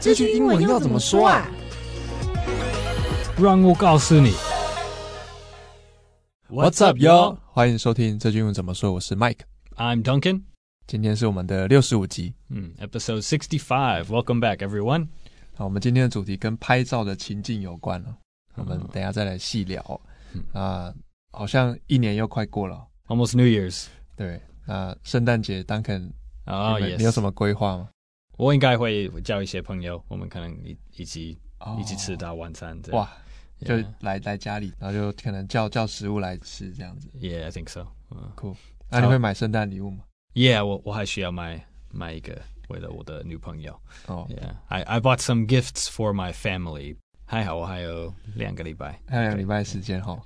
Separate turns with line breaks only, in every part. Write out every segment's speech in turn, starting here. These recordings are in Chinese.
这句英文要怎么说啊？
让我告诉你。
What's up, yo？
欢迎收听这句英文怎么说，我是 Mike，
I'm Duncan.
今天是我们的六十五集。
Hmm, episode 65. Welcome back, everyone.
好，我们今天的主题跟拍照的情境有关了，我们等一下再来细聊
嗯。
啊、好像一年又快过了，
Almost New Year's.
对。那圣诞节，Duncan，
Oh,
你们
yes.
你有什么规划吗？
我应该会叫一些朋友，我们可能一一起、
哦
一起吃大晚餐。
哇，就
yeah,
来来家里，然后就可能叫叫食物来吃这样子。
yeah, I think so. 嗯。
那你会买圣诞礼物吗？
Yeah, 我-我还需要买买一个为了我的女朋友。
哦，
Yeah, I I bought some gifts for my family. 还好我还有两个礼拜。
还有两个礼拜时间哈。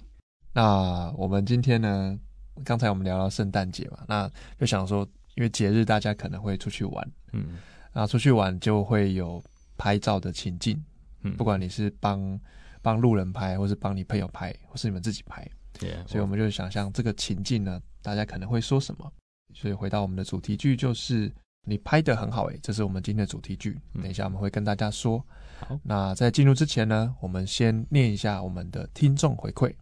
那我们今天呢，刚才我们聊到圣诞节嘛，那就想说，因为节日大家可能会出去玩，
嗯，
那出去玩就会有拍照的情境，
嗯，
不管你是帮帮路人拍，或是帮你朋友拍，或是你们自己拍，
Yeah,
所以我们就想象这个情境呢，大家可能会说什么。所以回到我们的主题句，就是你拍的很好诶、这是我们今天的主题句。
嗯
等一下我们会跟大家说。
好
那在进入之前呢，我们先念一下我们的听众回馈。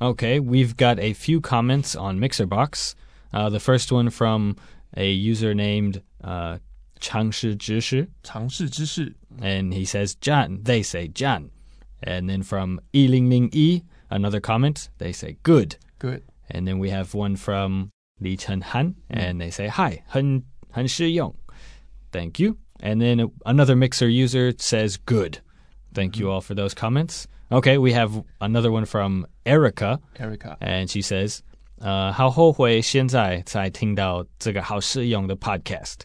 Okay, we've got a few comments on Mixerbox. Uh, the first one from a user named uh, 尝试知识,
尝试知识
and he says Jan. They say Jan. And then from 1001, another comment, they say good.
，good，
And then we have one from Li Chen Han, and they say hi, 很很实用. Thank you. And then another Mixer user says good. Thank you all for those comments. Okay, we have another one from Erica.
Erica，
and she says, uh, 好后悔现在才听到这个好适用的 podcast，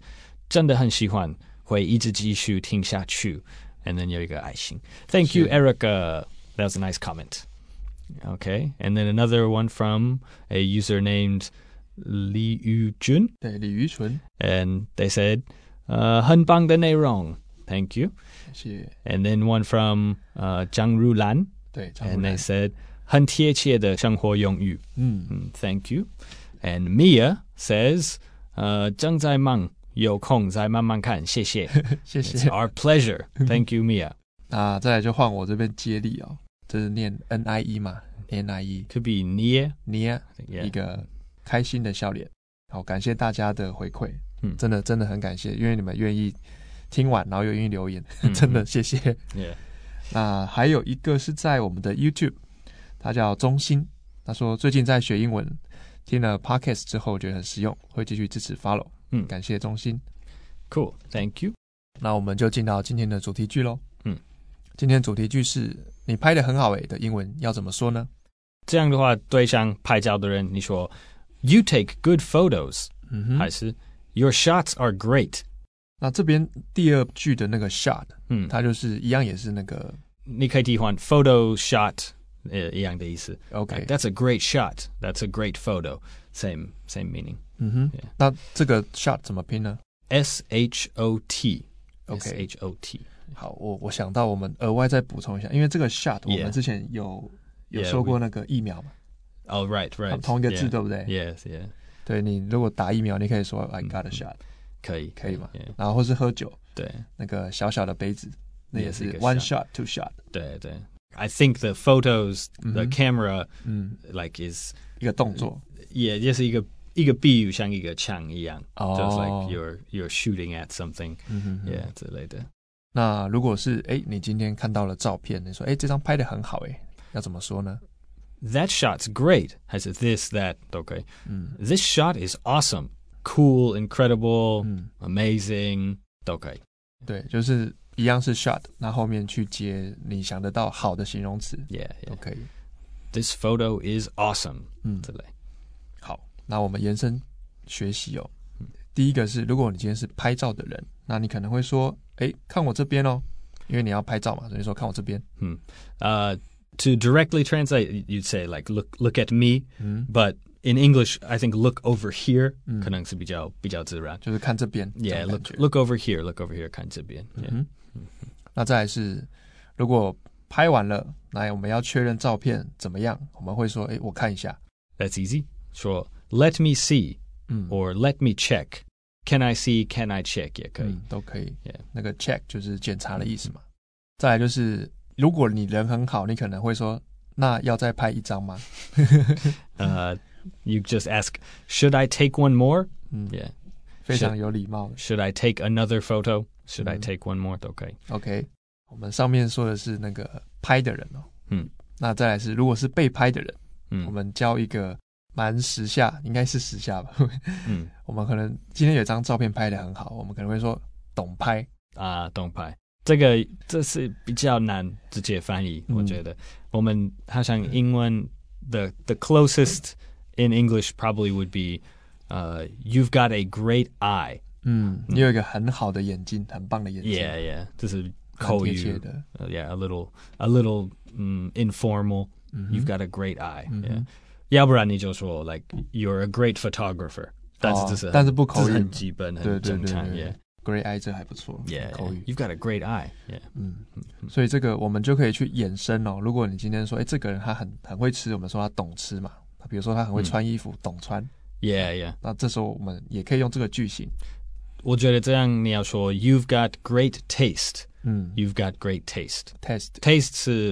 真的很喜欢，会一直继续听下去。And then 有一个爱心。Thank you,
是。
Erica. That was a nice comment. Okay, and then another one from a user named Li Yu Jun,
对，李愚纯，
and they said, uh, 很棒的内容. Thank you.
谢谢，
And then one from uh, Zhang Rulan,
对，张如
and
兰
they，said, 很贴切的生活用语。
嗯，
Mm, Thank you. And Mia says, uh, 正在忙，有空再慢慢看，谢谢。
谢
It's
谢。
our pleasure. Thank you, Mia.
那再来就换我这边接力哦，这是念 N I E 嘛，N I E，
Could be near.
你啊
I think,
一
Yeah.
个开心的笑脸。好，感谢大家的回馈，
嗯
真的真的很感谢，因为你们愿意听完，然后又愿意留言，
嗯
真的谢谢。
Mm-hmm. Yeah.
那还有一个是在我们的 YouTube，他叫钟欣，他说最近在学英文，听了 Podcast 之后觉得很实用，会继续支持 Follow。
嗯
感谢钟欣。
Cool. Thank you.
那我们就进到今天的主题句喽。
嗯，
今天的主题句是你拍的很好诶、的英文要怎么说呢？
这样的话，对上拍照的人，你说 "You take good photos"
嗯哼，
还是 "Your shots are great"。
那这边第二句的那个 shot，它
嗯
就是一样也是那个
Hmm. 嗯，你可以替换 photo shot eh, 呃一样的意思。
OK，
Like, that's a great shot. That's a great photo. Same same meaning.
嗯哼
Yeah.
那这个 shot 怎么拼呢
S H O T. S
？OK，
H O T.
好，我我想到我们额外再补充一下，因为这个 shot 我
Yeah.
们之前有有
Yeah,
说过那个疫苗嘛
Oh, right, right.
同一个
Yeah. 嗯
字对不对
Yes, yeah.
对你如果打疫苗，你可以说 I got a shot，、
可以，
可以吗？
Yeah.
然后或是喝酒，
对-
那个小小的杯子，那也
也
是
是一个
one
shot
shot two shot，
对-对。I think the photos, the
嗯哼。
camera,
嗯，
like is
一个动作
yeah, 也是一个一个比喻，像一个枪一样，嗯
哦 Mm-hmm。
just like you're you're shooting at something,
嗯哼哼
yeah 之类的。
那如果是哎，诶你今天看到了照片，你说哎这张拍的很好哎，要怎么说呢？
That shot's great. 还是 this that 都可以。
嗯
This shot is awesome, cool, incredible,
嗯，
amazing 都可以。
对，就是一样是 shot，那后面去接你想得到好的形容词
Yeah, yeah.
都可以。
This photo is awesome
嗯，
之类。
好，那我们延伸学习哦。第一个是，如果你今天是拍照的人，那你可能会说，哎，看我这边哦，因为你要拍照嘛，所以说看我这边。
Hmm. Uh, to directly translate, you'd say like look look at me,
嗯，
but in English, I think look over here
嗯。
可能是比较比较自然。
就是看这边。这
Yeah,
种感
look
觉
look over here, look over here 看这边。Yeah.
嗯哼，那再来是，如果拍完了，那我们要确认照片怎么样，我们会说，哎，我看一下。
That's easy. 说 let me see
嗯，
or let me check Can I see? Can I check? 也可以。
嗯，都可以。
Yeah 嗯
那个 check 就是检查的意思嘛。再来就是，如果你人很好，你可能会说，那要再拍一张吗？
Uh, you just ask, should I take one more?
嗯，
Yeah.
非常有礼貌的。
Should I take another photo? Should I
嗯
take one more? 都可以。
OK，我们上面说的是那个拍的人哦。
嗯，
那再来是，如果是被拍的人，
嗯，
我们教一个蛮时下，应该是时下吧。
嗯，
我们可能今天有一张照片拍的很好，我们可能会说懂拍。
啊，动拍。这个这是比较难直接翻译，
嗯
我觉得我们好像英文 the the closest in English probably would be, uh, you've got a great eye.
嗯，你有一个很好的眼睛，很棒的眼睛，
Yeah, yeah. 这是
蛮
口
贴
语
切的。
uh, yeah, a little, a little um, informal.
嗯哼
You've got a great eye.
嗯
Yeah.
哼
要不然你就说 like you're a great photographer，、
哦，
但是这是
但是不口语。对对对对
这是很基本很正常，yeah
对 Great Eye 这还不错，
yeah
口语。
you've got a great eye
嗯
嗯，
所以这个我们就可以去衍生哦。如果你今天说，哎，这个人他很很会吃，我们说他懂吃嘛。比如说他很会
嗯
穿衣服，懂穿，
yeah yeah
那这时候我们也可以用这个句型。
我觉得这样你要说 you've got great taste
嗯
you've got great taste
，test
taste
对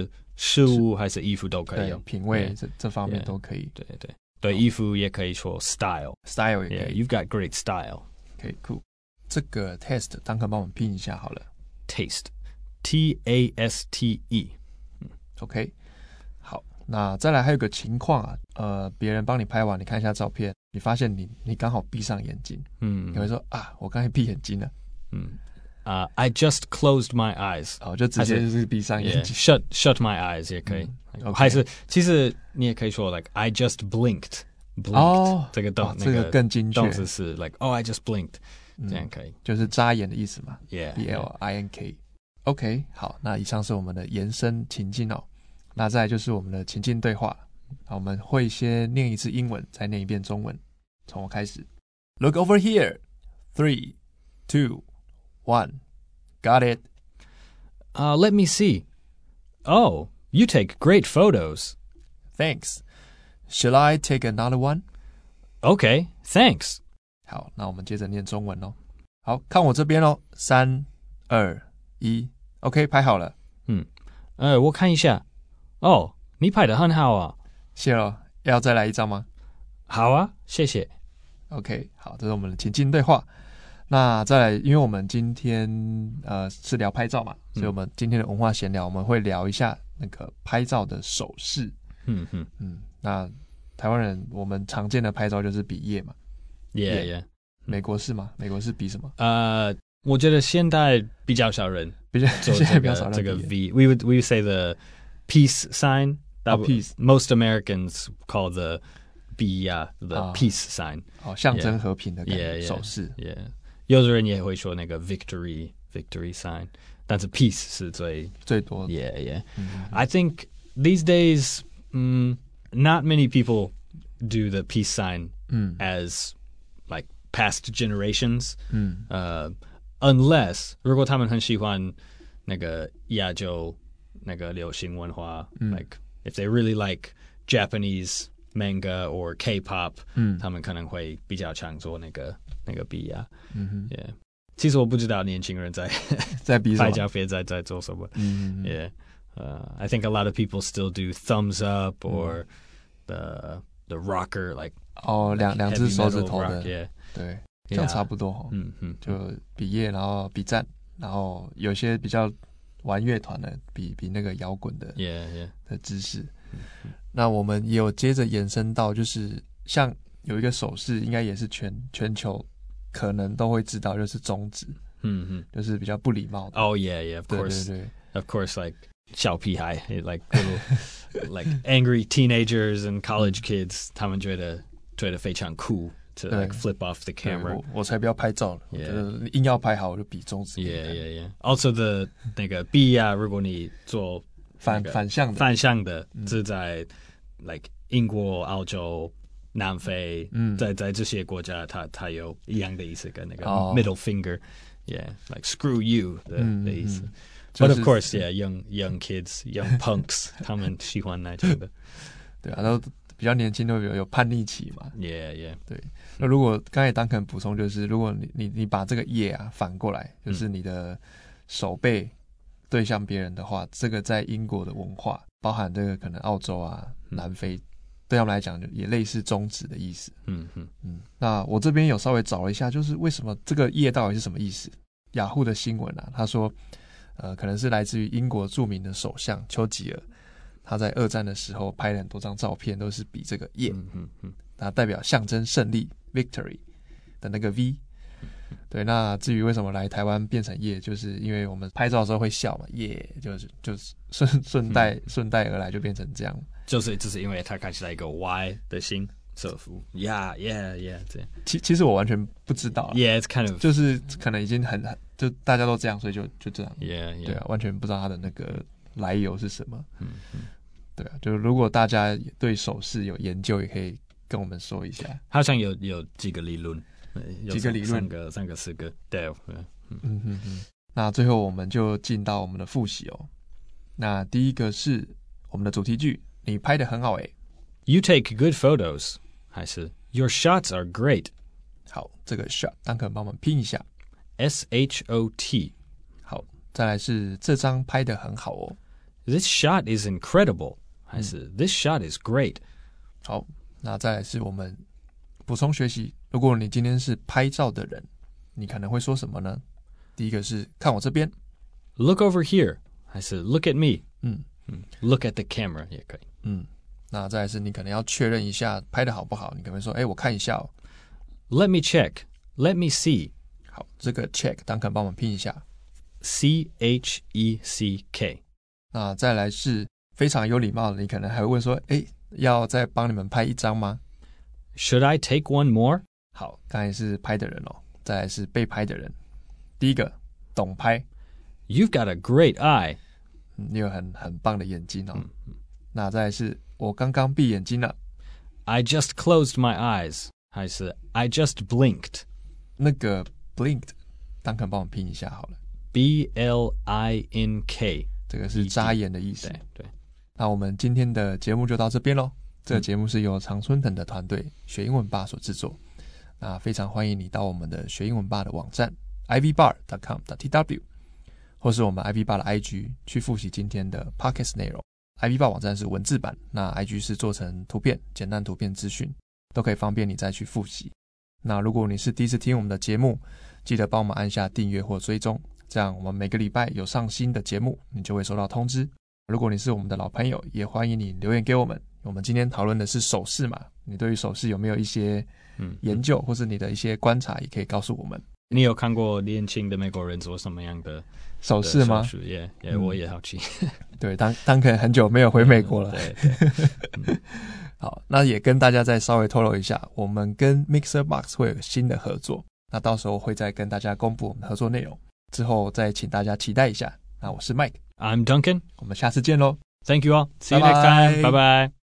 是事物还是衣服都可以用，对对对，对衣服也可以说
品味这这方面
Yeah
都可以
style
，style 也
yeah
可以，
you've got great style
可以 cool。这个 test 当可帮我们拼一下好了
taste T A S T E
，OK。好，那再来还有个情况啊，呃，别人帮你拍完，你看一下照片，你发现你你刚好闭上眼睛，
嗯
你会说啊，我刚才闭眼睛了，
I just closed my eyes。
哦，就直接就是闭上眼
Yeah,
睛。
shut shut my eyes 也可以，
OK
还是其实你也可以说 like I just blinked blinked、
哦
这个动、
哦
那
这个更精确
动词是 like oh I just blinked、
嗯
这样可以
就是眨眼的意思嘛
yeah
，B L I N K。OK，好，那以上是我们的延伸情境哦。那再来就是我们的情境对话，那我们会先念一次英文，再念一遍中文。从我开始，Look over here. Three, two, one. Got it.
Uh, let me see oh you take great photos
Thanks. Shall I take another one?
okay thanks
好，那我们接着念中文哦。好看我这边哦，三、二、一。OK，拍好了，
嗯呃我看一下哦你拍的很好啊
谢喽。要再来一张吗？
好啊谢谢
OK，好，这是我们的情境对话。那再来，因为我们今天呃是聊拍照嘛，
嗯
所以我们今天的文化闲聊，我们会聊一下那个拍照的手势。
嗯哼
嗯，那台湾人我们常见的拍照就是比耶嘛，
yeah
Yeah
yeah
美国是吗？美国是比什么？
呃我觉得现代比较少人
比较
So
现在比较少
take a-
人
take
比
a
耶
V. We would we would say the peace sign. That
Oh,
would-
peace.
Most Americans call the B uh, the
Ah.
peace sign.
哦，象征和平的感
Yeah,
觉
yeah.
手势。
Yeah. 有的人也会说那个 victory victory sign. That's a peace 是最
最多
yeah yeah. I think these days mm, not many people do the peace sign as like past generations.
嗯
呃，unless 如果他们很喜欢那个亚洲那个流行文化、l i k e if they really like Japanese manga or K-pop，、
嗯
他们可能会比较常做那个那个比亚。
嗯哼，
Yeah，其实我不知道年轻人在
在比什
拍
么？
照片在在做什么。
嗯，嗯
Yeah，呃、i think a lot of people still do thumbs up or、the the rocker like
哦，两两只
heavy
手指
metal
头的
rock，yeah，Mm-hmm.
对，这样差不多哦。
嗯嗯，
就比耶，然后比赞，然后有些比较玩乐团的，比比那个摇滚的
yeah yeah，
的知识。
嗯
那我们也有接着延伸到，就是像有一个手势，应该也是全全球可能都会知道，就是中指，
嗯嗯
就是比较不礼貌的。
Mm-hmm. ，oh yeah yeah，of
对
course
对。对，
of course, like 小屁孩, like little, like angry teenagers and college kids, 他们觉得觉得非常酷 to like
对。
flip off the
对
camera.
我我才不要拍照了，我
Yeah
觉得硬要拍好，我就比中指给你
Yeah,
看。
yeah, yeah. Also, the 那个币啊，如果你做
反
那个
反向的，
反向的，是在 like 英国、澳洲、南非，
嗯。
在在这些国家，它它有一样的意思跟那个
哦。
middle finger, yeah, like screw you 的、
嗯，
的意思。
嗯，
But of
就是
course,
嗯
yeah, young young kids, young punks, 他们喜欢那种的。
对啊，都比较年轻都有有叛逆期嘛。
Yeah, yeah.
那如果刚才当肯补充，就是如果你你你把这个业啊反过来，就是你的手背对向别人的话，这个在英国的文化，包含这个可能澳洲啊、
嗯
南非，对他们来讲就也类似终止的意思。
嗯哼。
嗯，那我这边有稍微找了一下，就是为什么这个业到底是什么意思？雅虎的新闻啊，他说，呃，可能是来自于英国著名的首相丘吉尔，他在二战的时候拍了很多张照片，都是比这个业。
嗯哼哼。
那代表象征胜利 （victory） 的那个 V。对，那至于为什么来台湾变成夜，就是因为我们拍照的时候会笑嘛，夜就是就是顺顺带
嗯
顺带而来就变成这样。
就是-就是因为它看起来一个 Y 的心，so yeah, yeah, yeah，这样。
其其实我完全不知道啊
Yeah, it's kind of
就是可能已经很很就大家都这样，所以就就这样。
yeah, yeah.
对啊，完全不知道它的那个来由是什么。
嗯
对啊，就是如果大家对手势有研究，也可以跟我们说一下。
好像有-有几个理论，呃，有
几个
三-
理论。
三个-三个、四个，对，嗯。
嗯哼哼。那最后我们就进到我们的复习哦。那第一个是我们的主题句，你拍的很好欸诶。
You take good photos. 还是 Your shots are great.
好，这个 shot，丹肯帮我们拼一下。
S H O T.
好，再来是这张拍的很好哦。
This shot is incredible. 还是 This shot is great.
好，那再来是我们补充学习。如果你今天是拍照的人，你可能会说什么呢？第一个是看我这边，
Look over here. 还是 Look at me.
嗯
Look at the camera 也可以。
嗯。那再来是你可能要确认一下拍的好不好，你可能会说，哎、我看一下哦。
Let me check. Let me see.
好，这个 check，丹肯帮我们拼一下。
C H E C K.
那再来是非常有礼貌的，你可能还会问说：“哎，要再帮你们拍一张吗
Should I take one more?？”
好，刚才是拍的人哦，再来是被拍的人。第一个懂拍，
You've got a great eye.
嗯你有很很棒的眼睛哦。那再来是我刚刚闭眼睛了，
I just closed my eyes. 还是 I just blinked.
那个 blinked，当肯帮我拼一下好了，
B L I N K.
这个是眨眼的意思。
对，对。
那我们今天的节目就到这边喽。这个节目是由常春藤的团队学英文吧所制作。那非常欢迎你到我们的学英文吧的网站 ivbar.com.tw，或是我们 ivbar 的 IG 去复习今天的 podcast 内容。ivbar 网站是文字版，那 IG 是做成图片、简单图片资讯，都可以方便你再去复习。那如果你是第一次听我们的节目，记得帮我们按下订阅或追踪，这样我们每个礼拜有上新的节目，你就会收到通知。如果你是我们的老朋友，也欢迎你留言给我们。我们今天讨论的是手势嘛，你对于手势有没有一些
嗯
研究，或是你的一些观察，也可以告诉我们。
你有看过年轻的美国人做什么样的
手势吗？
手术？Yeah，yeah，
嗯。
我也好奇。
对，当当肯很久没有回美国了。好，那也跟大家再稍微透露一下，我们跟 Mixer Box 会有新的合作，那到时候会再跟大家公布我们的合作内容，之后再请大家期待一下。那我是 Mike，
I'm Duncan.
我们下次见喽。
Thank you all. See you next
Bye-bye.
time. Bye bye.